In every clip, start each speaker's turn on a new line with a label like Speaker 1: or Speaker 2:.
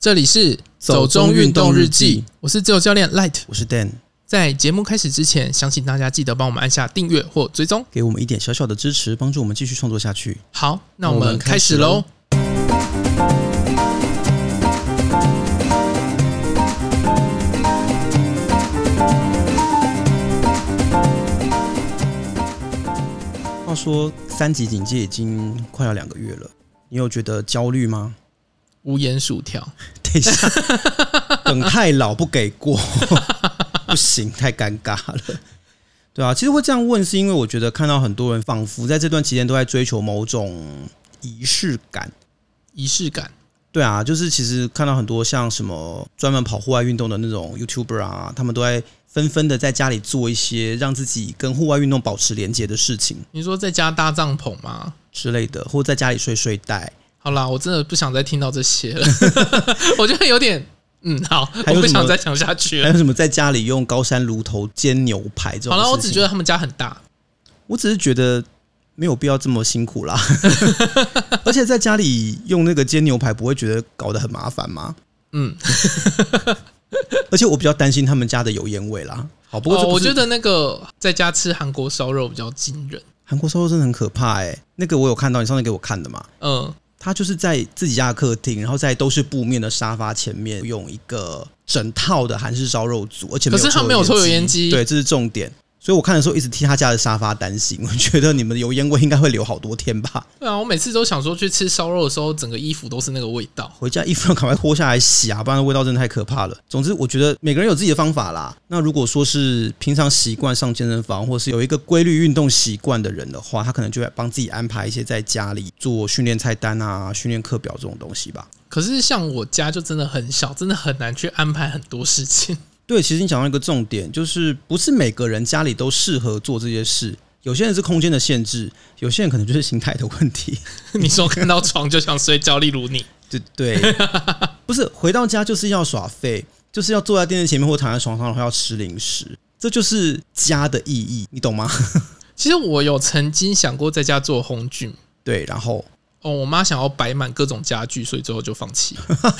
Speaker 1: 这里是
Speaker 2: 走中运动日记，
Speaker 1: 我是自由教练 Light。
Speaker 2: 我是 Dan，
Speaker 1: 在节目开始之前，相信大家记得帮我们按下订阅或追踪。
Speaker 2: 给我们一点小小的支持，帮助我们继续创作下去。
Speaker 1: 好，那我
Speaker 2: 我
Speaker 1: 们
Speaker 2: 们
Speaker 1: 开
Speaker 2: 开
Speaker 1: 始
Speaker 2: 始
Speaker 1: 喽
Speaker 2: 喽。话说三级警戒已经快要两个月了，你有觉得焦虑吗？
Speaker 1: 无盐薯条，
Speaker 2: 等一下，等太老不给过， 不行，太尴尬了。对啊，其实会这样问，是因为我觉得看到很多人仿佛在这段期间都在追求某种仪式感。
Speaker 1: 仪式感。
Speaker 2: 对啊，就是其实看到很多像什么专门跑户外运动的那种 YouTuber 啊，他们都在纷纷的在家里做一些让自己跟户外运动保持连接的事情
Speaker 1: 你说在家搭帐篷吗？
Speaker 2: 之类的，或在家里睡睡袋，
Speaker 1: 好啦，我真的不想再听到这些了， 我觉得有点，嗯，好，
Speaker 2: 还
Speaker 1: 我
Speaker 2: 有
Speaker 1: 不
Speaker 2: 什么
Speaker 1: 想再讲下去
Speaker 2: 还
Speaker 1: 了。
Speaker 2: 有什么在家里用高山炉头煎牛排这种事情。
Speaker 1: 好了，我只觉得他们家很大，
Speaker 2: 我只是觉得没有必要这么辛苦 啦，而且在家里用那个煎牛排不会觉得搞得很麻烦吗？
Speaker 1: 嗯，
Speaker 2: 而且我比较担心他们家的油烟味啦。好，不过
Speaker 1: 哦
Speaker 2: 这不
Speaker 1: 我
Speaker 2: 是
Speaker 1: 觉得那个在家吃韩国烧肉比较惊人。
Speaker 2: 韩国烧肉真的很可怕哎、那个我有看到，你上次给我看的嘛。
Speaker 1: 嗯，
Speaker 2: 他就是在自己家的客厅，然后在都是布面的沙发前面，用一个整套的韩式烧肉组，而且
Speaker 1: 可是他没有抽油烟机
Speaker 2: 对，这是重点。所以我看的时候一直替他家的沙发担心，我觉得你们的油烟味应该会留好多天吧。
Speaker 1: 对啊，我每次都想说去吃烧肉的时候，整个衣服都是那个味道。
Speaker 2: 回家衣服要赶快脱下来洗啊，不然味道真的太可怕了。总之，我觉得每个人有自己的方法啦。那如果说是平常习惯上健身房，或是有一个规律运动习惯的人的话，他可能就会帮自己安排一些在家里做训练菜单啊、训练课表这种东西吧。
Speaker 1: 可是像我家就真的很小，真的很难去安排很多事情。
Speaker 2: 对，其实你讲到一个重点，就是不是每个人家里都适合做这些事。有些人是空间的限制，有些人可能就是心态的问题。
Speaker 1: 你说看到床就想睡觉，例如你，
Speaker 2: 对对，不是回到家就是要耍废，就是要坐在电视前面或躺在床上，然后要吃零食，这就是家的意义，你懂吗？
Speaker 1: 其实我有曾经想过在家做烘焙
Speaker 2: 对，然后
Speaker 1: 哦，我妈想要摆满各种家具，所以最后就放弃了。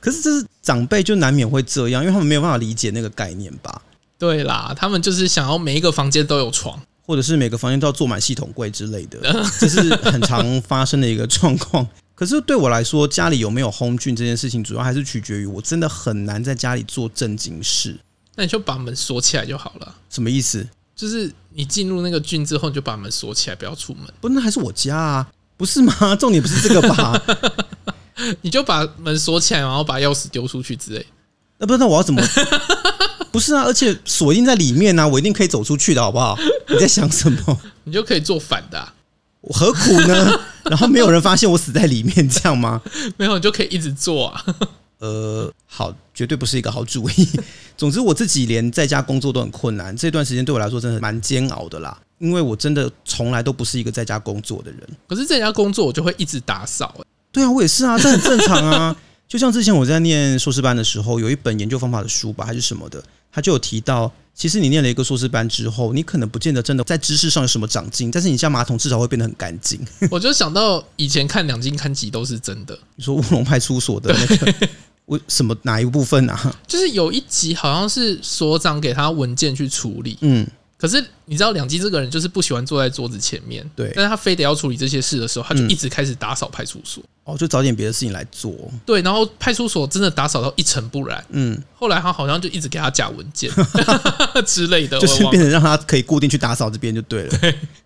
Speaker 2: 可是这是长辈就难免会这样，因为他们没有办法理解那个概念吧，
Speaker 1: 对啦，他们就是想要每一个房间都有床。
Speaker 2: 或者是每个房间都要坐满系统柜之类的，这是很常发生的一个状况。可是对我来说，家里有没有烘菌这件事情，主要还是取决于我真的很难在家里做正经事。
Speaker 1: 那你就把门锁起来就好了。
Speaker 2: 什么意思？
Speaker 1: 就是你进入那个郡之后，你就把门锁起来，不要出门。
Speaker 2: 不，那还是我家啊，不是吗？重点不是这个吧？
Speaker 1: 你就把门锁起来，然后把钥匙丢出去之类。
Speaker 2: 那不知道我要怎么？不是啊，而且锁一定在里面啊，我一定可以走出去的，好不好？你在想什么？
Speaker 1: 你就可以做反的、啊，
Speaker 2: 我何苦呢？ 然后没有人发现我死在里面，这样吗？
Speaker 1: 没有你就可以一直做啊。
Speaker 2: 呃，好，绝对不是一个好主意。 总之，我自己连在家工作都很困难，这段时间对我来说真的蛮煎熬的啦，因为我真的从来都不是一个在家工作的人。
Speaker 1: 可是在家工作，我就会一直打扫、欸
Speaker 2: 对啊，我也是啊，这很正常啊。就像之前我在念硕士班的时候，有一本研究方法的书吧，还是什么的，他就有提到，其实你念了一个硕士班之后，你可能不见得真的在知识上有什么长进，但是你家马桶至少会变得很干净。
Speaker 1: 我就想到以前看两金看集都是真的，
Speaker 2: 你说乌龙派出所的那个， 我什么哪一部分啊？
Speaker 1: 就是有一集好像是所长给他文件去处理，
Speaker 2: 嗯，
Speaker 1: 可是你知道两金这个人就是不喜欢坐在桌子前面，
Speaker 2: 对
Speaker 1: 但是他非得要处理这些事的时候，他就
Speaker 2: 嗯
Speaker 1: 一直开始打扫派出所，
Speaker 2: 哦，就找点别的事情来做。
Speaker 1: 对，然后派出所真的打扫到一尘不染，
Speaker 2: 嗯，
Speaker 1: 后来他好像就一直给他假文件 之类的，
Speaker 2: 就
Speaker 1: 我也
Speaker 2: 是
Speaker 1: 忘
Speaker 2: 变
Speaker 1: 了
Speaker 2: 成让他可以固定去打扫这边就对了。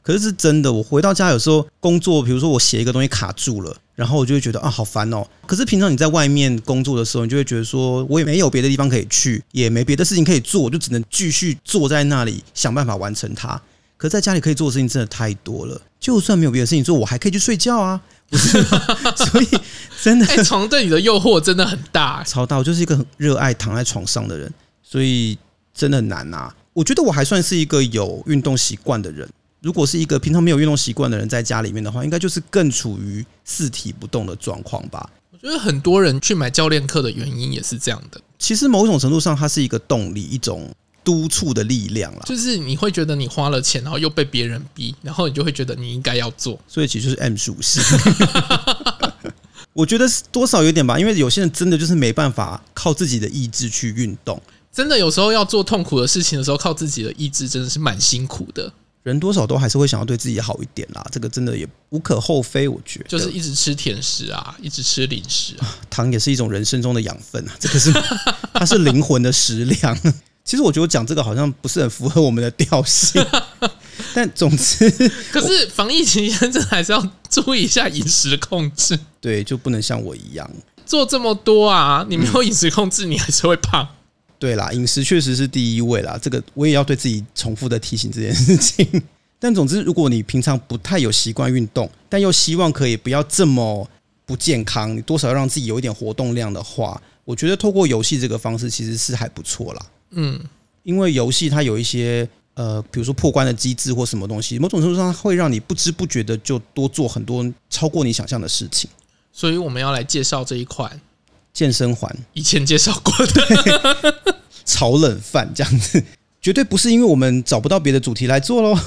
Speaker 2: 可是是真的，我回到家有时候工作，比如说我写一个东西卡住了，然后我就会觉得啊好烦哦。可是平常你在外面工作的时候，你就会觉得说我也没有别的地方可以去，也没别的事情可以做，我就只能继续坐在那里想办法完成它。可是在家里可以做的事情真的太多了，就算没有别的事情做，我还可以去睡觉啊，不是 吗？所以真的
Speaker 1: 哎、床对你的诱惑真的很大、欸
Speaker 2: 超大，我就是一个很热爱躺在床上的人，所以真的很难啊。我觉得我还算是一个有运动习惯的人。如果是一个平常没有运动习惯的人在家里面的话，应该就是更处于四体不动的状况吧。
Speaker 1: 我觉得很多人去买教练课的原因也是这样的，
Speaker 2: 其实某种程度上，它是一个动力，一种督促的力 量啦。
Speaker 1: 就是你会觉得你花了钱，然后又被别人逼，然后你就会觉得你应该要做。
Speaker 2: 所以其实就是 M 属性。我觉得是多少有点吧，因为有些人真的就是没办法靠自己的意志去运动，
Speaker 1: 真的有时候要做痛苦的事情的时候，靠自己的意志真的是蛮辛苦的，
Speaker 2: 人多少都还是会想要对自己好一点啦，这个真的也无可厚非，我觉得
Speaker 1: 就是一直吃甜食啊，一直吃零食啊。
Speaker 2: 糖也是一种人生中的养分啊，这个是它是灵魂的食粮。其实我觉得我讲这个好像不是很符合我们的调性， 但总之
Speaker 1: 可是防疫期间，真的还是要注意一下饮食控 制。
Speaker 2: 对就不能像我一样。
Speaker 1: 做这么多啊，你没有饮食控制，你还是会
Speaker 2: 嗯
Speaker 1: 胖。
Speaker 2: 对啦，饮食确实是第一位啦，这个我也要对自己重复的提醒这件事情。 但总之，如果你平常不太有习惯运动，但又希望可以不要这么不健康，你多少要让自己有一点活动量的话，我觉得透过游戏这个方式其实是还不错啦。
Speaker 1: 嗯，
Speaker 2: 因为游戏它有一些呃，比如说破关的机制或什么东西，某种程度上它会让你不知不觉的就多做很多超过你想象的事情。
Speaker 1: 所以我们要来介绍这一款
Speaker 2: 健身环、
Speaker 1: 以前介绍过 的，
Speaker 2: 炒冷饭这样子，绝对不是因为我们找不到别的主题来做喽。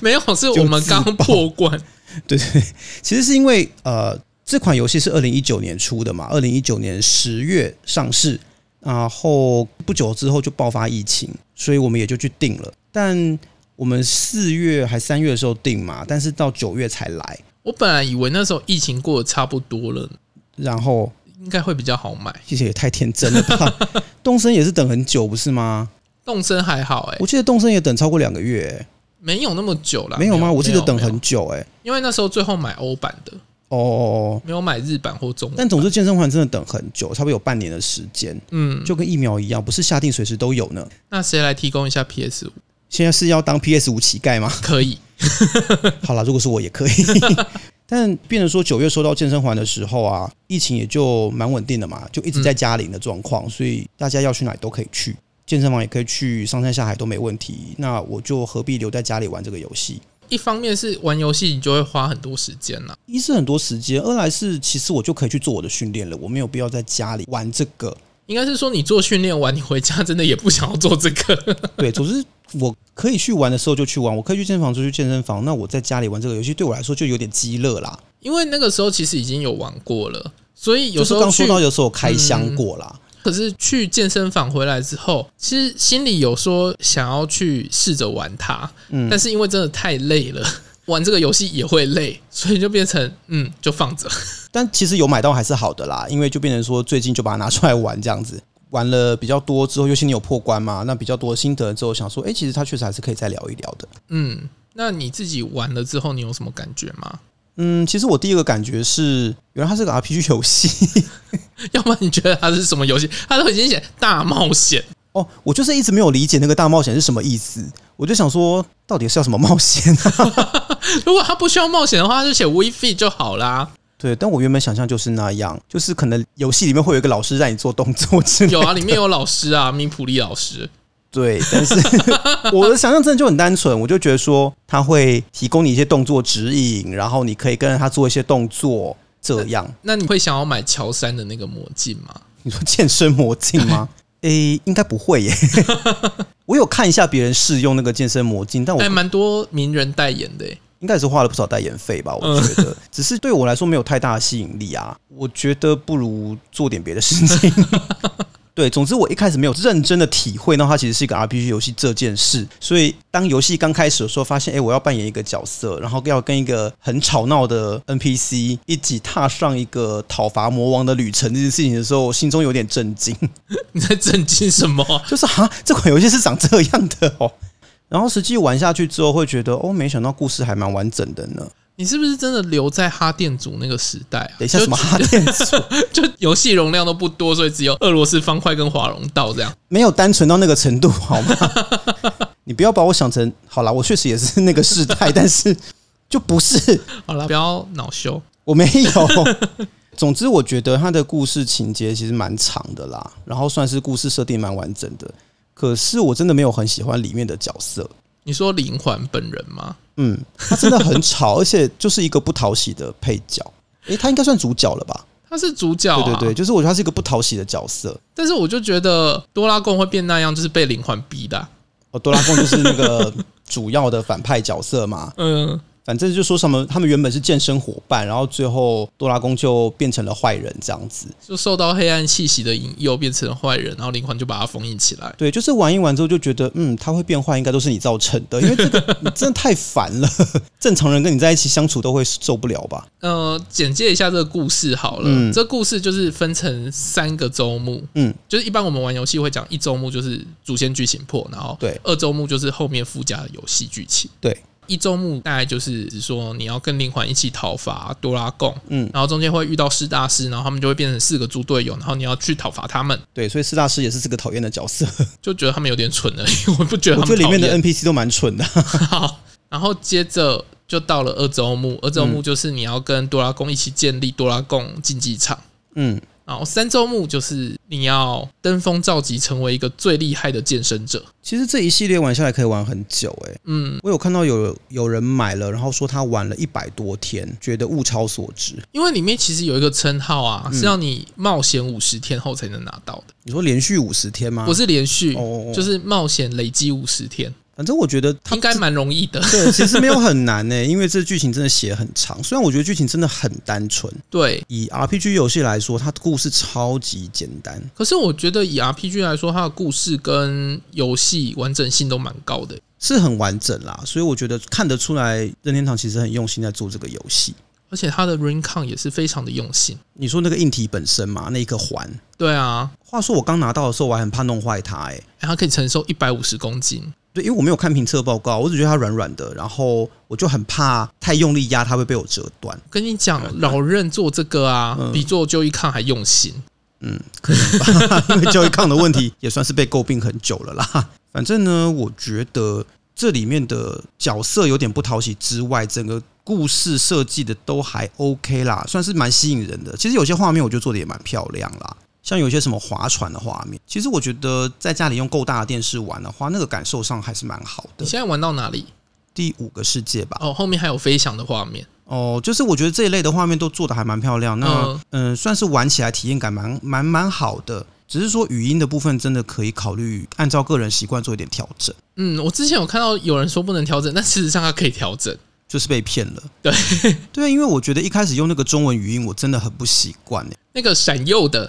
Speaker 1: 没有，是我们刚破关。
Speaker 2: 对对，对其实是因为呃，这款游戏是二零一九年出的嘛，二零一九年十月上市，然后不久之后就爆发疫情，所以我们也就去定了。但我们四月还三月的时候定嘛，但是到九月才来，
Speaker 1: 我本来以为那时候疫情过得差不多了，
Speaker 2: 然后
Speaker 1: 应该会比较好买。
Speaker 2: 其实也太天真了 吧？动森也是等很久不是吗？
Speaker 1: 动身还好、欸，哎，
Speaker 2: 我记得动森也等超过两个月、
Speaker 1: 没有那么久了，
Speaker 2: 没有吗？我记得等，
Speaker 1: 没有
Speaker 2: 很久哎、
Speaker 1: 因为那时候最后买欧版的，
Speaker 2: 哦哦哦！
Speaker 1: 没有买日版或中文。
Speaker 2: 但总之健身环真的等很久，差不多有半年的时间，
Speaker 1: 嗯，
Speaker 2: 就跟疫苗一样，不是下定随时都有呢。
Speaker 1: 那谁来提供一下 PS 五？
Speaker 2: 现在是要当 PS 五乞丐吗？
Speaker 1: 可以，
Speaker 2: 好啦，如果是我也 可以。但变成说九月收到健身环的时候啊，疫情也就蛮稳定的嘛，就一直在家里的状况，
Speaker 1: 嗯
Speaker 2: 所以大家要去哪里都可以去，健身房也可以去，上山下海都没问题。那我就何必留在家里玩这个游戏？
Speaker 1: 一方面是玩游戏，你就会花很多时间啊啦。
Speaker 2: 一是很多时间，二来是其实我就可以去做我的训练了，我没有必要在家里玩这 个。
Speaker 1: 应该是说你做训练完，你回家真的也不想要做这个。
Speaker 2: 对，总之我可以去玩的时候就去玩，我可以去健身房就去健身房。那我在家里玩这个游戏，对我来说就有点鸡肋啦。
Speaker 1: 因为那个时候其实已经有玩过了，所以有
Speaker 2: 就
Speaker 1: 时
Speaker 2: 是
Speaker 1: 候
Speaker 2: 刚
Speaker 1: 去嗯
Speaker 2: 说，到，有时候开箱过啦。
Speaker 1: 可是去健身房回来之后，其实心里有说想要去试着玩它，
Speaker 2: 嗯
Speaker 1: 但是因为真的太累了， 玩这个游戏也会累，所以就变成嗯，就放着。
Speaker 2: 但其实有买到还是好的啦，因为就变成说最近就把它拿出来玩这样子，玩了比较多之后，尤其你有破关嘛，那比较多心得之后，想说，哎、其实它确实还是可以再聊一聊的。
Speaker 1: 嗯，那你自己玩了之后，你有什么感觉吗？
Speaker 2: 嗯，其实我第一个感觉是，原来它是个 RPG 游戏
Speaker 1: 要不然你觉得它是什么游戏？它都已经写大冒险，
Speaker 2: 哦，我就是一直没有理解那个大冒险是什么意思，我就想说，到底是要什么冒险、啊？
Speaker 1: 如果它不需要冒险的话，它就写 w i f i 就好啦。
Speaker 2: 对，但我原本想象就是那样，就是可能游戏里面会有一个老师让你做动作之类
Speaker 1: 有啊，里面有老师啊， 米普利老师。
Speaker 2: 对，但是我的想象真的就很单纯，我就觉得说他会提供你一些动作指引，然后你可以跟着他做一些动作，这样。
Speaker 1: 那你会想要买乔山的那个魔镜吗？
Speaker 2: 你说健身魔镜吗？诶、应该不会耶。我有看一下别人试用那个健身魔镜，但我
Speaker 1: 哎、蛮多名人代言的、欸，
Speaker 2: 应该也是花了不少代言费吧，我觉得，只是对我来说没有太大的吸引力啊。我觉得不如做点别的事情。对，总之我一开始没有认真的体会到它其实是一个 RPG 游戏这件事，所以当游戏刚开始的时候，发现诶，我要扮演一个角色，然后要跟一个很吵闹的 NPC 一起踏上一个讨伐魔王的旅程这件事情的时候，我心中有点震惊。
Speaker 1: 你在震惊什么啊？
Speaker 2: 就是哈，这款游戏是长这样的哦。然后实际玩下去之后，会觉得哦，没想到故事还蛮完整的呢。
Speaker 1: 你是不是真的留在哈电组那个时代啊？
Speaker 2: 等一下什么哈电组，
Speaker 1: 就 就游戏容量都不多，所以只有俄罗斯方块跟华容道这样。
Speaker 2: 没有单纯到那个程度好吗？你不要把我想成好啦，我确实也是那个世代，但是就不是，
Speaker 1: 好了，不要恼羞。
Speaker 2: 我没有。总之，我觉得它的故事情节其实蛮长的啦，然后算是故事设定蛮完整的。可是我真的没有很喜欢里面的角色，
Speaker 1: 你说林环本人吗？
Speaker 2: 嗯，他真的很吵，而且就是一个不讨喜的配角。诶、他应该算主角了吧？
Speaker 1: 他是主角、啊，
Speaker 2: 对对对，。就是我觉得他是一个不讨喜的角色。
Speaker 1: 但是我就觉得多拉贡会变那样，就是被林环逼的啊、
Speaker 2: 哦，多拉贡就是那个主要的反派角色嘛，
Speaker 1: 嗯，
Speaker 2: 反正就说什么他们原本是健身伙伴，然后最后多拉宫就变成了坏人这样子。
Speaker 1: 就受到黑暗气息的引诱，变成坏人，然后灵魂就把他封印起来。
Speaker 2: 对，就是玩一玩之后就觉得，嗯，他会变坏，应该都是你造成的，因为这个你真的太烦了。 正常人跟你在一起相处都会受不了吧？
Speaker 1: 呃，简介一下这个故事好了。
Speaker 2: 嗯
Speaker 1: 这故事就是分成三个周目，
Speaker 2: 嗯，
Speaker 1: 就是一般我们玩游戏会讲一周目就是主线剧情破，然后
Speaker 2: 对
Speaker 1: 二周目就是后面附加的游戏剧情。
Speaker 2: 对，
Speaker 1: 一周目大概就是指说你要跟灵环一起讨伐多拉贡，
Speaker 2: 嗯，
Speaker 1: 然后中间会遇到四大师，然后他们就会变成四个猪队友，然后你要去讨伐他们，
Speaker 2: 对，所以四大师也是这个讨厌的角 色。
Speaker 1: 就觉得他们有点蠢了，因为我不觉得
Speaker 2: 我
Speaker 1: 他
Speaker 2: 觉得
Speaker 1: 们
Speaker 2: 里
Speaker 1: 讨
Speaker 2: 面
Speaker 1: 厌。
Speaker 2: 的 NPC 都蛮蠢的。
Speaker 1: 好，然后接着就到了二周目，二周
Speaker 2: 嗯
Speaker 1: 目就是你要跟多拉贡一起建立多拉贡竞技场。
Speaker 2: 嗯，
Speaker 1: 然后三周目就是你要登峰造极，成为一个最厉害的健身者。
Speaker 2: 其实这一系列玩下来可以玩很久、欸，
Speaker 1: 嗯，
Speaker 2: 我有看到有有人买了，然后说他玩了一百多天，觉得物超所值。
Speaker 1: 因为里面其实有一个称号
Speaker 2: 嗯
Speaker 1: 啊，是要你冒险五十天后才能拿到的，
Speaker 2: 你说连续五十天吗？
Speaker 1: 不，是连续
Speaker 2: 哦哦哦，
Speaker 1: 就是冒险累积五十天，
Speaker 2: 反正我觉得他
Speaker 1: 应该蛮容易的。
Speaker 2: 对，其实没有很难呢、欸因为这剧情真的写得很长。虽然我觉得剧情真的很单纯，
Speaker 1: 对，
Speaker 2: 以 RPG 游戏来说，它的故事超级简单。
Speaker 1: 可是我觉得以 RPG 来说，它的故事跟游戏完整性都蛮高的。
Speaker 2: 是很完整啦，所以我觉得看得出来，任天堂其实很用心在做这个游戏。
Speaker 1: 而且它的 Rincon 也是非常的用心。
Speaker 2: 你说那个硬体本身嘛，那一颗环，
Speaker 1: 对啊，
Speaker 2: 话说我刚拿到的时候，我还很怕弄坏它、欸，
Speaker 1: 欸它可以承受一百五十公斤。
Speaker 2: 对，因为我没有看评测报告，我只觉得它软软的，然后我就很怕太用力压它会被我折断。
Speaker 1: 跟你讲，老任做这个啊，
Speaker 2: 嗯
Speaker 1: 比做就一抗还用心。
Speaker 2: 嗯，可能吧， 因为教育抗的问题也算是被诟病很久了啦。反正呢，我觉得这里面的角色有点不讨喜之外，整个故事设计的都还 OK 啦，算是蛮吸引人的。其实有些画面我觉得做的也蛮漂亮啦。像有些什么划船的画面，其实我觉得在家里用够大的电视玩的话，那个感受上还是蛮好
Speaker 1: 你
Speaker 2: 的。
Speaker 1: 现在玩到哪里？
Speaker 2: 第五个世界吧，
Speaker 1: 哦，后面还有飞翔的画面。
Speaker 2: 哦，就是我觉得这一类的画面都做的还蛮漂亮，那
Speaker 1: 嗯
Speaker 2: 嗯、算是玩起来体验感蛮蛮蛮好的。只是说语音的部分真的可以考虑按照个人习惯做一点调整，
Speaker 1: 嗯，我之前有看到有人说不能调整，但事实上它可以调整。
Speaker 2: 就是被骗了。
Speaker 1: 对
Speaker 2: 对，因为我觉得一开始用那个中文语音我真的很不习惯 欸
Speaker 1: 那个闪右的，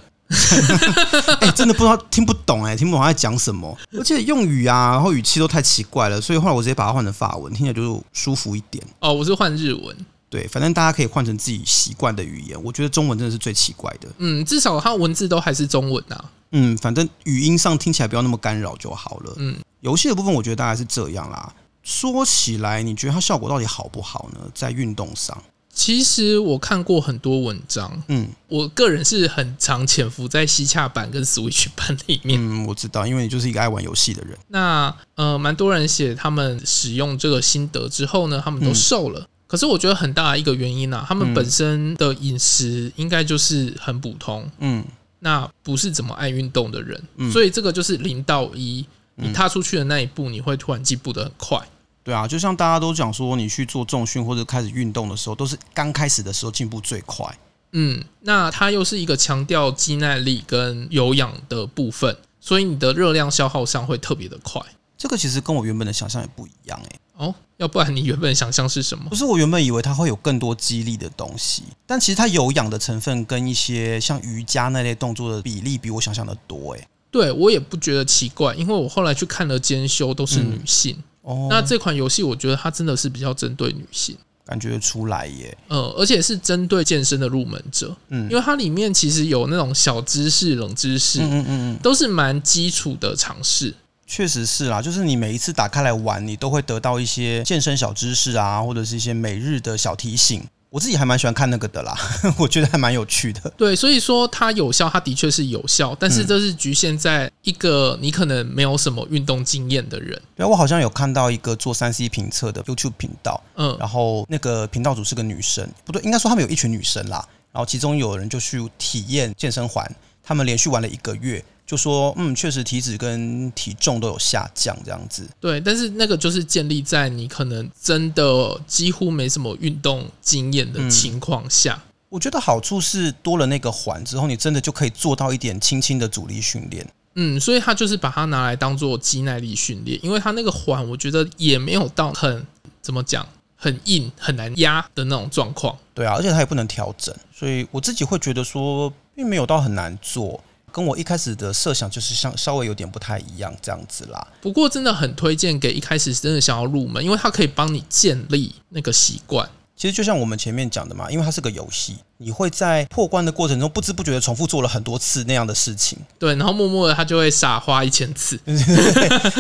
Speaker 2: 哎、真的不知道听不懂哎、听不懂他在讲什么，而且用语啊，然后语气都太奇怪了，所以后来我直接把它换成法文，听起来就舒服一点。
Speaker 1: 哦，我是换日文。
Speaker 2: 对，反正大家可以换成自己习惯的语言，我觉得中文真的是最奇怪的。
Speaker 1: 嗯，至少它文字都还是中文啊。
Speaker 2: 嗯，反正语音上听起来不要那么干扰就好了。
Speaker 1: 嗯，
Speaker 2: 游戏的部分我觉得大概是这样啦。说起来，你觉得它效果到底好不好呢？在运动上，
Speaker 1: 其实我看过很多文章，
Speaker 2: 嗯
Speaker 1: 我个人是很常潜伏在西洽版跟 Switch 版里面。
Speaker 2: 嗯，我知道，因为你就是一个爱玩游戏的人。
Speaker 1: 那呃，蛮多人写他们使用这个心得之后呢，他
Speaker 2: 嗯
Speaker 1: 们都瘦了。可是我觉得很大一个原因啊，他们本身的饮食应该就是很普通，
Speaker 2: 嗯，
Speaker 1: 那不是怎么爱运动的人，
Speaker 2: 嗯
Speaker 1: 所以这个就是零到一，
Speaker 2: 嗯
Speaker 1: 你踏出去的那一步，你会突然进步的很快。
Speaker 2: 对啊，就像大家都讲说，你去做重训或者开始运动的时候，都是刚开始的时候进步最快。
Speaker 1: 嗯，那它又是一个强调肌耐力跟有氧的部分，所以你的热量消耗上会特别的快。
Speaker 2: 这个其实跟我原本的想象也不一样诶、
Speaker 1: 哦，要不然你原本想象是什么
Speaker 2: 不？是我原本以为它会有更多激励的东西，但其实它有氧的成分跟一些像瑜伽那类动作的比例比我想象的多欸诶、
Speaker 1: 对我也不觉得奇怪，因为我后来去看了监修，都
Speaker 2: 嗯
Speaker 1: 是女性。
Speaker 2: 哦，
Speaker 1: 那这款游戏我觉得它真的是比较针对女性，
Speaker 2: 感觉出来耶。
Speaker 1: 呃，而且是针对健身的入门者，
Speaker 2: 嗯
Speaker 1: 因为它里面其实有那种小知识、冷知识，
Speaker 2: 嗯嗯嗯嗯，
Speaker 1: 都是蛮基础的尝试。
Speaker 2: 确实是啦，就是你每一次打开来玩，你都会得到一些健身小知识啊，或者是一些每日的小提醒。我自己还蛮喜欢看那个的啦， 我觉得还蛮有趣的。
Speaker 1: 对，所以说它有效，它的确是有效，但
Speaker 2: 嗯
Speaker 1: 是这是局限在一个你可能没有什么运动经验的人。
Speaker 2: 然后啊我好像有看到一个做三 C 评测的 YouTube 频道，
Speaker 1: 嗯，
Speaker 2: 然后那个频道主是个女生，不对，应该说他们有一群女生啦。然后其中有人就去体验健身环，他们连续玩了一个月，就说嗯，确实体脂跟体重都有下降这样子。
Speaker 1: 对，但是那个就是建立在你可能真的几乎没什么运动经验
Speaker 2: 嗯
Speaker 1: 的情况下。
Speaker 2: 我觉得好处是多了那个环之后，你真的就可以做到一点轻轻的阻力训练。
Speaker 1: 嗯，所以他就是把它拿来当做肌耐力训练，因为他那个环，我觉得也没有到很怎么讲很硬、很难压的那种状况。
Speaker 2: 对啊，而且它也不能调整，所以我自己会觉得说，并没有到很难做，跟我一开始的设想就是像稍微有点不太一样这样子啦。
Speaker 1: 不过真的很推荐给一开始真的想要入门，因为它可以帮你建立那个习惯。
Speaker 2: 其实就像我们前面讲的嘛，因为它是个游戏，你会在破关的过程中不知不觉的重复做了很多次那样的事情，
Speaker 1: 对，然后默默的他就会撒花一千次，
Speaker 2: 嗯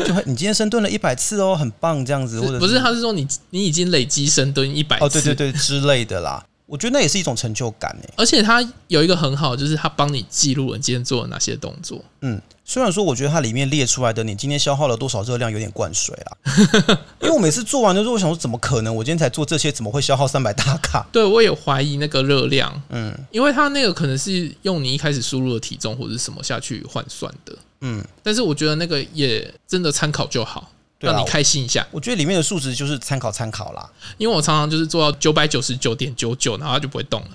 Speaker 2: 就会你今天深蹲了一百次哦，很棒这样子，或者
Speaker 1: 不是？他是说你你已经累积深蹲一百次，
Speaker 2: 哦，对对对之类的啦。我觉得那也是一种成就感欸诶。
Speaker 1: 而且它有一个很好，就是它帮你记录了你今天做了哪些动作。
Speaker 2: 嗯，虽然说我觉得它里面列出来的你今天消耗了多少热量有点灌水啦，因为我每次做完的时候，我想说怎么可能？我今天才做这些，怎么会消耗三百大卡？
Speaker 1: 对我也怀疑那个热量，
Speaker 2: 嗯
Speaker 1: 因为它那个可能是用你一开始输入的体重或者什么下去换算的。
Speaker 2: 嗯，
Speaker 1: 但是我觉得那个也真的参考就好，
Speaker 2: 对啊
Speaker 1: 让你开心一下。
Speaker 2: 我觉得里面的数值就是参考参考啦。
Speaker 1: 因为我常常就是做到九百九十九点九九，然后它就不会动了。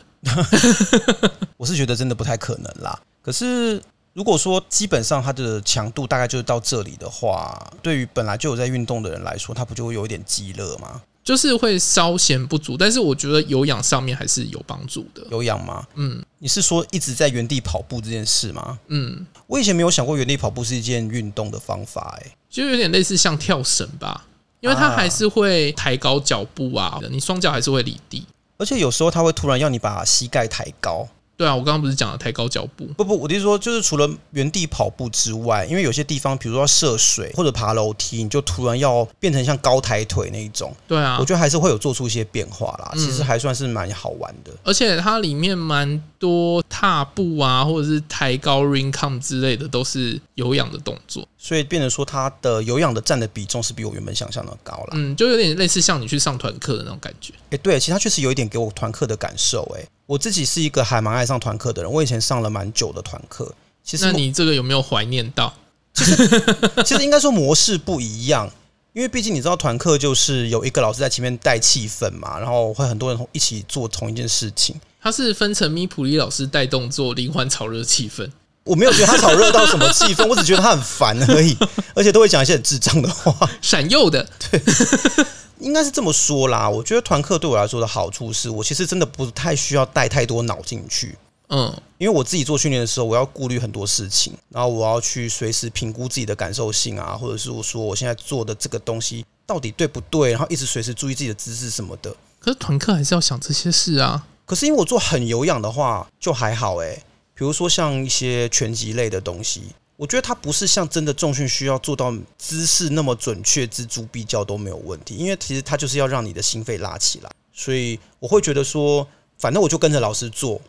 Speaker 2: 我是觉得真的不太可能啦。可是如果说基本上它的强度大概就是到这里的话，对于本来就有在运动的人来说，它不就会有一点饥饿吗？
Speaker 1: 就是会稍显不足，但是我觉得有氧上面还是有帮助的。
Speaker 2: 有氧吗？
Speaker 1: 嗯
Speaker 2: 你是说一直在原地跑步这件事吗？
Speaker 1: 嗯，
Speaker 2: 我以前没有想过原地跑步是一件运动的方法、欸，
Speaker 1: 就有点类似像跳绳吧，因为它
Speaker 2: 啊
Speaker 1: 还是会抬高脚步啊，你双脚还是会离地。
Speaker 2: 而且有时候它会突然要你把膝盖抬高。
Speaker 1: 对啊，我刚刚不是讲了抬高脚步？
Speaker 2: 不不，我的意思说，就是除了原地跑步之外，因为有些地方，比如说要涉水或者爬楼梯，你就突然要变成像高抬腿那一种，
Speaker 1: 对啊
Speaker 2: 我，觉得还是会有做出一些变化啦。
Speaker 1: 嗯
Speaker 2: 其实还算是蛮好玩的。
Speaker 1: 而且它里面蛮多踏步啊，或者是抬高 ring com 之类的，都是有氧的动作。
Speaker 2: 所以变成说它的有氧的占的比重是比我原本想象的高啦。哎、
Speaker 1: 嗯，就有点类似像你去上团课的那种感觉。
Speaker 2: 对，其实它确实有一点给我团课的感受、哎，我自己是一个还蛮爱上团课的人，我以前上了蛮久的团课。其实
Speaker 1: 那
Speaker 2: 我
Speaker 1: 你这个有没有怀念到？
Speaker 2: 其实应该说模式不一样，因为毕竟你知道团课就是有一个老师在前面带气氛嘛，然后会很多人同一起做同一件事情。
Speaker 1: 它是分成咪普利老师带动作，灵魂炒热气 氛。
Speaker 2: 我没有觉得他炒热到什么气氛，我 只觉得他很烦而已，而且都会讲一些很智障的话。
Speaker 1: 闪右的，
Speaker 2: 应该是这么说啦，我觉得团课对我来说的好处是我其实真的不太需要带太多脑进去，
Speaker 1: 嗯，
Speaker 2: 因为我自己做训练的时候，我要顾虑很多事情，然后我要去随时评估自己的感受性啊，或者是我说我现在做的这个东西到底对不对，然后一直随时注意自己的姿势什么的。
Speaker 1: 可是团课还是要想这些事啊。
Speaker 2: 可是因为我做很有氧的话，就还好诶、比如说像一些拳击类的东西，我觉得它不是像真的重训需要做到姿势那么准确，锱铢必较都没有问题，因为其实它就是要让你的心肺拉起来，所以我会觉得说，反正我就跟着老师做，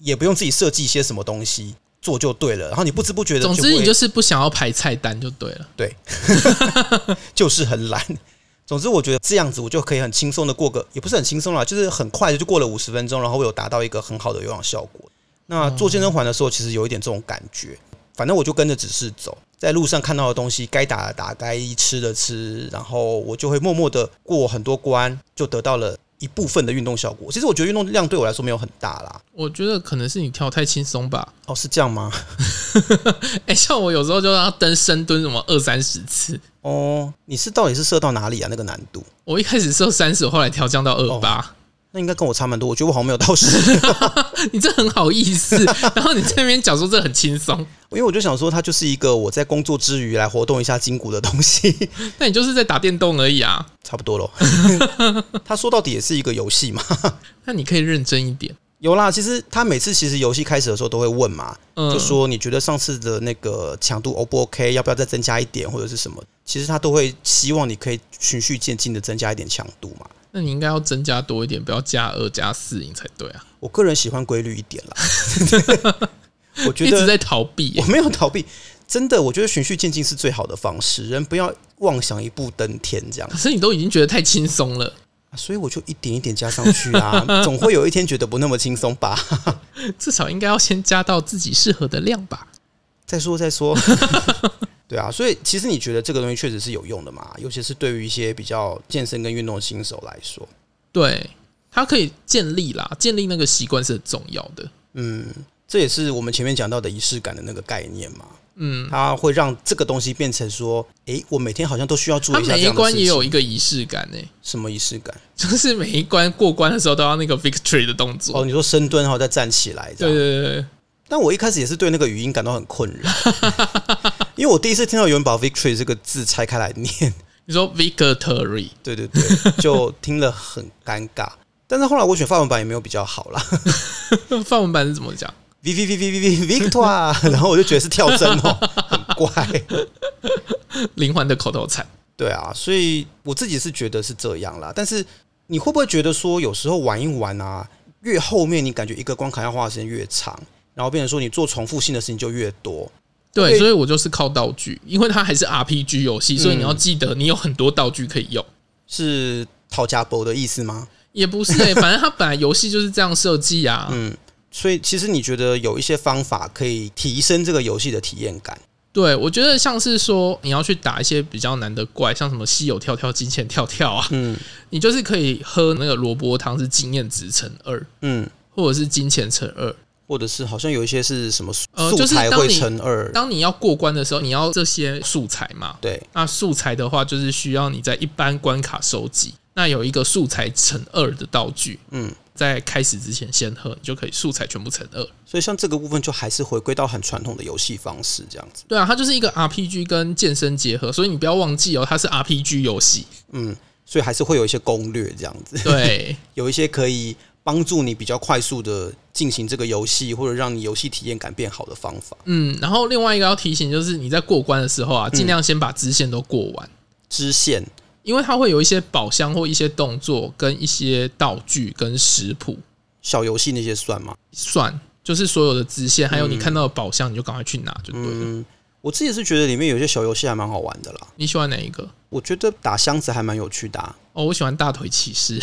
Speaker 2: 也不用自己设计一些什么东西，做就对了。然后你不知不觉的
Speaker 1: 总
Speaker 2: 就
Speaker 1: 之，你
Speaker 2: 会
Speaker 1: 就是不想要排菜单就对了。
Speaker 2: 就是很懒。 总之，我觉得这样子我就可以很轻松的过个，也不是很轻松啦，就是很快的就过了五十分钟，然后我有达到一个很好的有氧效果。那做健身环的时候，其实有一点这种感觉，反正我就跟着指示走，在路上看到的东西，该打的打，该吃的吃，然后我就会默默的过很多关，就得到了一部分的运动效果。其实我觉得运动量对我来说没有很大啦。
Speaker 1: 我觉得可能是你跳太轻松吧。
Speaker 2: 哦，是这样吗？
Speaker 1: 哎、像我有时候就让他蹲深蹲什么二三十次，
Speaker 2: 哦，你是到底是设到哪里啊？那个难度？
Speaker 1: 我一开始设三十，后来调降到二八、
Speaker 2: 哦那应该跟我差蛮多，我觉得我好像没有到十。
Speaker 1: 你这很好意 思。然后你这边讲说这很轻松，
Speaker 2: 因为我就想说，它就是一个我在工作之余来活动一下筋骨的东西，
Speaker 1: 那你就是在打电动而已啊。
Speaker 2: 差不多咯。 它说到底也是一个游戏嘛。
Speaker 1: 那你可以认真一点。
Speaker 2: 有啦，其实他每次其实游戏开始的时候都会问嘛，
Speaker 1: 嗯，
Speaker 2: 就说你觉得上次的那个强度 O 不 OK，要不要再增加一点或者是什么？其实他都会希望你可以循序渐进的增加一点强度嘛。
Speaker 1: 那你应该要增加多一点，不要加二加四，你才对啊。
Speaker 2: 我个人喜欢规律一点啦， 我觉
Speaker 1: 一直
Speaker 2: 得
Speaker 1: 在逃避、
Speaker 2: 我
Speaker 1: 欸，
Speaker 2: 没有逃避，真的，我觉得循序渐进是最好的方式，人不要妄想一步登天这样
Speaker 1: 可。是你都已经觉得太轻松了，
Speaker 2: 啊所以我就一点一点加上去啊， 总会有一天觉得不那么轻松吧。
Speaker 1: 至少应该要先加到自己适合的量吧。
Speaker 2: 再说再 说，对啊，所以其实你觉得这个东西确实是有用的嘛，尤其是对于一些比较健身跟运动的新手来说，
Speaker 1: 对，它可以建立啦，建立那个习惯是很重要的。
Speaker 2: 嗯，这也是我们前面讲到的仪式感的那个概念嘛。
Speaker 1: 嗯，
Speaker 2: 它会让这个东西变成说，诶，我每天好像都需要做
Speaker 1: 它
Speaker 2: 一下这
Speaker 1: 每一
Speaker 2: 样的事
Speaker 1: 关
Speaker 2: 情。
Speaker 1: 也有一个仪式感诶、
Speaker 2: 什么仪式感？
Speaker 1: 就是每一关过关的时候都要那个 victory 的动作。
Speaker 2: 哦，你说深蹲然后再站起来这
Speaker 1: 对
Speaker 2: 样。
Speaker 1: 对对对，
Speaker 2: 但我一开始也是对那个语音感到很困 扰，因为我第一次听到有人把 victory 这个字拆开来念，
Speaker 1: 你说 victory，
Speaker 2: 对对对， 就听了很尴尬。但是后来我选法文版也没有比较好啦
Speaker 1: 范文版是怎么讲？
Speaker 2: ，v v v v v victor，然后我啊 就觉得是跳针哦， 很怪。
Speaker 1: 灵魂的口头禅。
Speaker 2: 对啊，所以我自己是觉得是这样啦。但是你会不会觉得说，有时候玩一玩啊，越后面你感觉一个关卡要花的时间越长，然后变成说你做重复性的事情就越多。
Speaker 1: 对，
Speaker 2: 对
Speaker 1: 所以我就是靠道具，因为它还是 RPG 游戏，所以
Speaker 2: 嗯
Speaker 1: 你要记得你有很多道具可以用。
Speaker 2: 是讨价博的意思吗？
Speaker 1: 也不是 诶、反正它本来游戏就是这样设计啊。
Speaker 2: 嗯，所以其实你觉得有一些方法可以提升这个游戏的体验感。
Speaker 1: 对，我觉得像是说你要去打一些比较难的怪，像什么稀有跳跳、金钱跳跳啊，
Speaker 2: 嗯
Speaker 1: 你就是可以喝那个萝卜汤，是经验值乘二，
Speaker 2: 嗯，
Speaker 1: 或者是金钱乘二。
Speaker 2: 或者是好像有一些是什么素
Speaker 1: 呃
Speaker 2: 素
Speaker 1: 就是
Speaker 2: 材
Speaker 1: 当
Speaker 2: 会
Speaker 1: 你
Speaker 2: 乘二，
Speaker 1: 当你要过关的时候，你要这些素材嘛？
Speaker 2: 对，
Speaker 1: 那素材的话，就是需要你在一般关卡收集。那有一个素材乘二的道具，
Speaker 2: 嗯。
Speaker 1: 在开始之前先喝，你就可以素材全部乘二。
Speaker 2: 所以像这个部分就还是回归到很传统的游戏方式这样子。
Speaker 1: 对啊，它就是一个 RPG 跟健身结合，所以你不要忘记哦，它是 RPG 游戏。
Speaker 2: 嗯，所以还是会有一些攻略这样子。
Speaker 1: 对，
Speaker 2: 有一些可以帮助你比较快速的进行这个游戏，或者让你游戏体验感变好的方法。
Speaker 1: 嗯，然后另外一个要提醒就是你在过关的时候
Speaker 2: 嗯
Speaker 1: 啊，尽量先把支线都过完，
Speaker 2: 支线，
Speaker 1: 因为它会有一些宝箱或一些动作跟一些道具跟食谱
Speaker 2: 小游戏那些算吗？
Speaker 1: 算，就是所有的支线，还有你看到的宝箱，你就赶快去拿就对了。
Speaker 2: 嗯，我自己是觉得里面有些小游戏还蛮好玩的啦。
Speaker 1: 你喜欢哪一个？
Speaker 2: 我觉得打箱子还蛮有趣的、啊，
Speaker 1: 哦，我喜欢大腿骑士。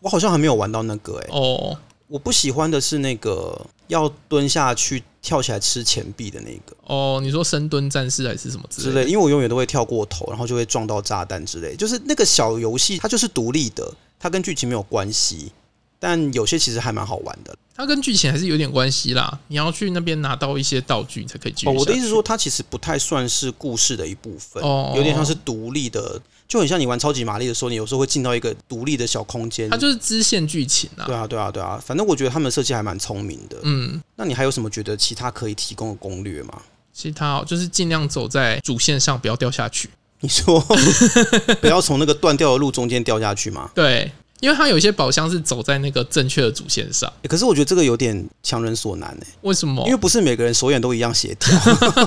Speaker 2: 我好像还没有玩到那个诶、欸
Speaker 1: 哦，
Speaker 2: 我不喜欢的是那个要蹲下去跳起来吃钱币的那个
Speaker 1: 哦，你说深蹲战士还是什么之
Speaker 2: 之
Speaker 1: 类的？
Speaker 2: 类，因为我永远都会跳过头，然后就会撞到炸弹之类。就是那个小游戏，它就是独立的，它跟剧情没有关系，但有些其实还蛮好玩的。
Speaker 1: 它跟剧情还是有点关系啦。你要去那边拿到一些道具，你才可以继续下
Speaker 2: 哦，
Speaker 1: 去。
Speaker 2: 我的意思是说，它其实不太算是故事的一部分，
Speaker 1: 哦
Speaker 2: 有点像是独立的，就很像你玩超级玛丽的时候，你有时候会进到一个独立的小空间。
Speaker 1: 它就是支线剧情啊。
Speaker 2: 对啊，对啊，对啊，反正我觉得他们设计还蛮聪明的。
Speaker 1: 嗯，
Speaker 2: 那你还有什么觉得其他可以提供的攻略吗？
Speaker 1: 其他哦就是尽量走在主线上，不要掉下去。
Speaker 2: 你说 不要从那个断掉的路中间掉下去吗？
Speaker 1: 对，因为它有些宝箱是走在那个正确的主线上。
Speaker 2: 欸可是我觉得这个有点强人所难哎、
Speaker 1: 为什么
Speaker 2: 因？为不是每个人手眼都一样协调。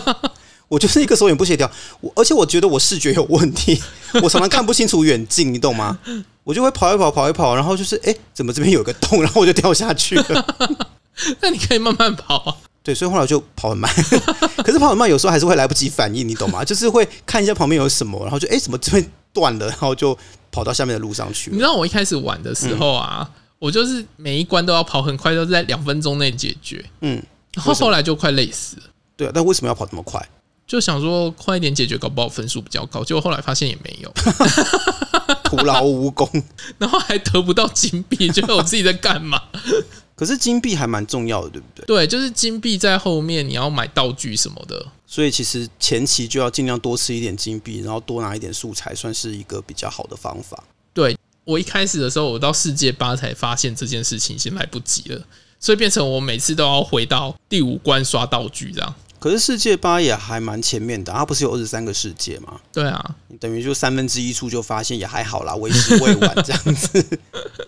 Speaker 2: 我就是一个手眼不协调，我而且我觉得我视觉有问题， 我常常看不清楚远近，你懂吗？我就会跑一跑，跑一跑，然后就是哎、诶怎么这边有一个洞，然后我就掉下去 了。
Speaker 1: 那你可以慢慢跑啊。
Speaker 2: 对，所以后来就跑很慢， 可是跑很慢有时候还是会来不及反应，你懂吗？就是会看一下旁边有什么，然后就哎、诶怎么这边断了，然后就跑到下面的路上去
Speaker 1: 你知
Speaker 2: 了。
Speaker 1: 道我一开始玩的时候啊，
Speaker 2: 嗯
Speaker 1: 我就是每一关都要跑很快，都是在两分钟内解决。
Speaker 2: 嗯，
Speaker 1: 然后后来就快累死了，
Speaker 2: 对啊，但为什么要跑这么快？
Speaker 1: 就想说快一点解决，搞不好分数比较高。结果后来发现也没有，
Speaker 2: 徒劳无功。
Speaker 1: 然后还得不到金币，觉得我自己在干嘛？
Speaker 2: 可是金币还蛮重要的，对不对？
Speaker 1: 对，就是金币在后面，你要买道具什么的。
Speaker 2: 所以其实前期就要尽量多吃一点金币，然后多拿一点素材，算是一个比较好的方法。
Speaker 1: 我一开始的时候，我到世界八才发现这件事情已经来不及了，所以变成我每次都要回到第五关刷道具这样。
Speaker 2: 可是世界八也还蛮前面的，它不是有二十三个世界吗？
Speaker 1: 对啊，
Speaker 2: 你等于就三分之一处就发现也还好啦，为时未晚这样子。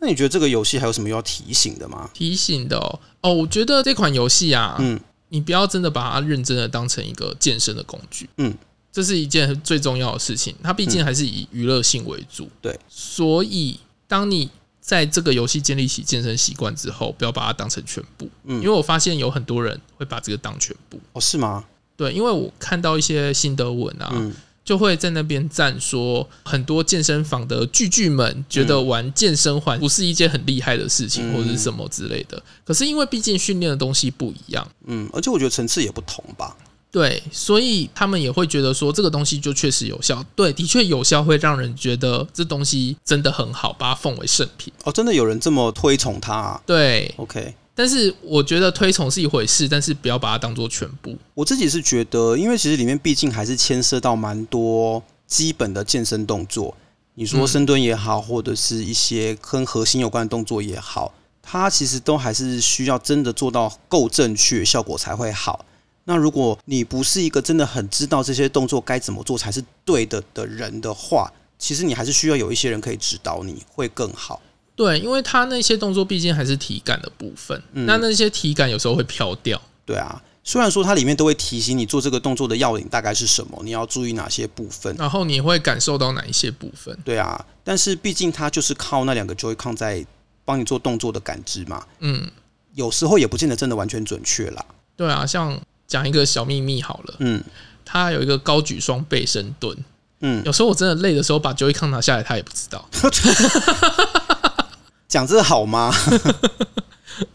Speaker 2: 那你觉得这个游戏还有什么要提醒的吗？
Speaker 1: 提醒的哦。哦，我觉得这款游戏啊，
Speaker 2: 嗯，
Speaker 1: 你不要真的把它认真的当成一个健身的工具，
Speaker 2: 嗯，
Speaker 1: 这是一件最重要的事情。它毕竟还是以娱乐性为主，
Speaker 2: 嗯对。
Speaker 1: 所以，当你在这个游戏建立起健身习惯之后，不要把它当成全部，
Speaker 2: 嗯
Speaker 1: 因为我发现有很多人会把这个当全部。
Speaker 2: 哦，是吗？
Speaker 1: 对，因为我看到一些心得文啊，
Speaker 2: 嗯
Speaker 1: 就会在那边赞说，很多健身房的巨巨们觉得玩健身环不是一件很厉害的事情，
Speaker 2: 嗯
Speaker 1: 或者是什么之类的。可是因为毕竟训练的东西不一样，
Speaker 2: 嗯，而且我觉得层次也不同吧。
Speaker 1: 对，所以他们也会觉得说这个东西就确实有效。对，的确有效，会让人觉得这东西真的很好，把它奉为圣品。
Speaker 2: 哦，真的有人这么推崇它、啊、
Speaker 1: 对，
Speaker 2: ？OK，
Speaker 1: 但是我觉得推崇是一回事，但是不要把它当做全部。
Speaker 2: 我自己是觉得，因为其实里面毕竟还是牵涉到蛮多基本的健身动作，你说深蹲也好，或者是一些跟核心有关的动作也好，它其实都还是需要真的做到够正确，效果才会好。那如果你不是一个真的很知道这些动作该怎么做才是对的的人的话，其实你还是需要有一些人可以指导你，会更好。
Speaker 1: 对，因为它那些动作毕竟还是体感的部分，
Speaker 2: 嗯
Speaker 1: 那那些体感有时候会飘掉。
Speaker 2: 对啊，虽然说它里面都会提醒你做这个动作的要领大概是什么，你要注意哪些部分，
Speaker 1: 然后你会感受到哪一些部分？
Speaker 2: 对啊，但是毕竟它就是靠那两个 Joy-Con 在帮你做动作的感知嘛，
Speaker 1: 嗯，
Speaker 2: 有时候也不见得真的完全准确啦。
Speaker 1: 对啊，像讲一个小秘密好了，
Speaker 2: 嗯
Speaker 1: 它有一个高举双背深蹲，
Speaker 2: 嗯，
Speaker 1: 有时候我真的累的时候把 Joy Con 拿下来，他也不知道，
Speaker 2: 讲这好吗？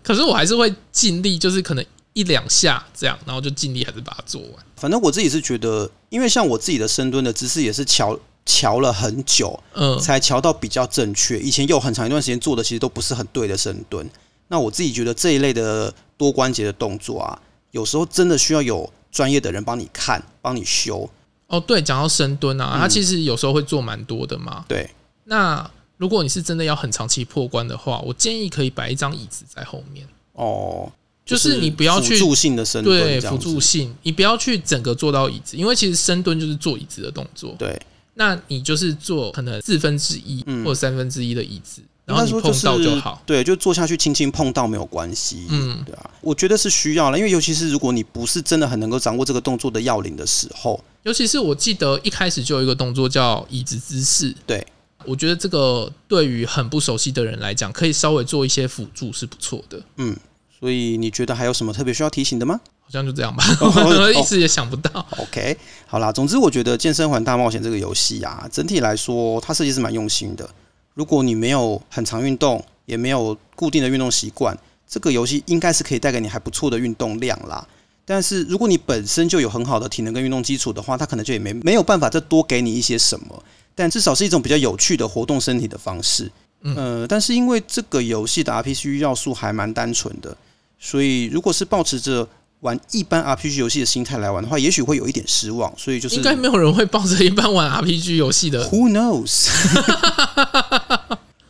Speaker 1: 可是我还是会尽力，就是可能一两下这样，然后就尽力还是把它做完。
Speaker 2: 反正我自己是觉得，因为像我自己的深蹲的姿势也是瞧瞧了很久，
Speaker 1: 嗯，
Speaker 2: 才瞧到比较正确。以前有很长一段时间做的其实都不是很对的深蹲。那我自己觉得这一类的多关节的动作啊，有时候真的需要有专业的人帮你看、帮你修。
Speaker 1: 哦，对，讲到深蹲啊，
Speaker 2: 嗯
Speaker 1: 它其实有时候会做蛮多的嘛。
Speaker 2: 对，
Speaker 1: 那如果你是真的要很长期破关的话，我建议可以摆一张椅子在后面，
Speaker 2: 哦，
Speaker 1: 就是你不要去
Speaker 2: 辅助性的深蹲，
Speaker 1: 对
Speaker 2: 这
Speaker 1: 辅
Speaker 2: 样子
Speaker 1: 助性，你不要去整个做到椅子，因为其实深蹲就是做椅子的动作。
Speaker 2: 对，
Speaker 1: 那你就是做可能四分之一
Speaker 2: 嗯
Speaker 1: 或者三分之一的椅子，然
Speaker 2: 应
Speaker 1: 后
Speaker 2: 该
Speaker 1: 你
Speaker 2: 说
Speaker 1: 碰到
Speaker 2: 就
Speaker 1: 就是好。
Speaker 2: 对，就坐下去轻轻碰到没有关系。
Speaker 1: 嗯，
Speaker 2: 对啊，我觉得是需要了，因为尤其是如果你不是真的很能够掌握这个动作的要领的时候，
Speaker 1: 尤其是我记得一开始就有一个动作叫椅子姿势，
Speaker 2: 对，
Speaker 1: 我觉得这个对于很不熟悉的人来讲，可以稍微做一些辅助是不错的。
Speaker 2: 嗯，所以你觉得还有什么特别需要提醒的吗
Speaker 1: 好像就这样吧，
Speaker 2: 哦
Speaker 1: 我一直也想不到。
Speaker 2: ？OK，好啦，总之我觉得《健身环大冒险》这个游戏啊，整体来说它设计是蛮用心的。如果你没有很常运动，也没有固定的运动习惯，这个游戏应该是可以带给你还不错的运动量啦。但是如果你本身就有很好的体能跟运动基础的话，它可能就也没没有办法再多给你一些什么，但至少是一种比较有趣的活动身体的方式。
Speaker 1: 嗯
Speaker 2: 呃，但是因为这个游戏的 RPG 要素还蛮单纯的，所以如果是保持着玩一般 RPG 游戏的心态来玩的话，也许会有一点失望。所以就是
Speaker 1: 应该没有人会抱着一般玩 RPG 游戏的，
Speaker 2: Who knows？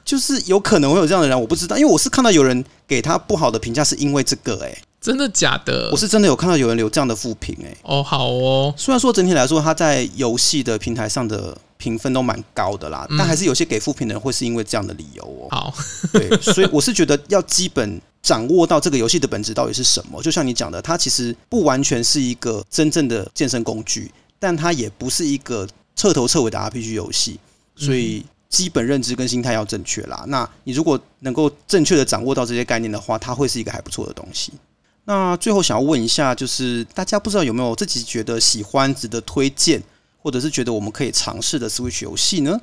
Speaker 2: 就是有可能会有这样的人，我不知道，因为我是看到有人给他不好的评价，是因为这个、欸。
Speaker 1: 真的假的
Speaker 2: 我？是真的有看到有人留这样的负评、欸，
Speaker 1: 哦，好哦，
Speaker 2: 虽然说整体来说，它在游戏的平台上的评分都蛮高的啦，
Speaker 1: 嗯
Speaker 2: 但还是有些给负评的人会是因为这样的理由哦。
Speaker 1: 好，
Speaker 2: 对，所以我是觉得要基本掌握到这个游戏的本质到底是什么。就像你讲的，它其实不完全是一个真正的健身工具，但它也不是一个彻头彻尾的 RPG 游戏，所以基本认知跟心态要正确啦。那你如果能够正确的掌握到这些概念的话，它会是一个还不错的东西。那最后想要问一下，就是大家不知道有没有自己觉得喜欢、值得推荐，或者是觉得我们可以尝试的 Switch 游戏呢？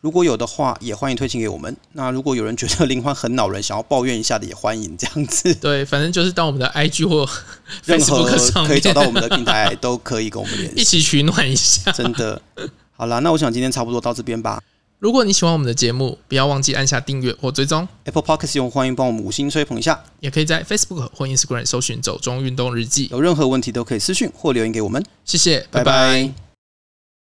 Speaker 2: 如果有的话，也欢迎推荐给我们。那如果有人觉得林欢很恼人，想要抱怨一下的，也欢迎这样子。
Speaker 1: 对，反正就是到我们的 IG 或
Speaker 2: 任何
Speaker 1: Facebook 上
Speaker 2: 可以
Speaker 1: 面
Speaker 2: 找到我们的平台，都可以跟我们 联
Speaker 1: 一
Speaker 2: 系。
Speaker 1: 起取暖一下。
Speaker 2: 真的，好啦，那我想今天差不多到这边吧。
Speaker 1: 如果你喜欢我们的节目，不要忘记按下订阅或追踪，
Speaker 2: Apple Podcast 用户欢迎帮我们五星吹捧一下。
Speaker 1: 也可以在 Facebook 或 Instagram 搜寻“走中运动日记
Speaker 2: 有任何问题都可以私讯或留言给我们。”。
Speaker 1: 谢谢，拜
Speaker 2: 拜拜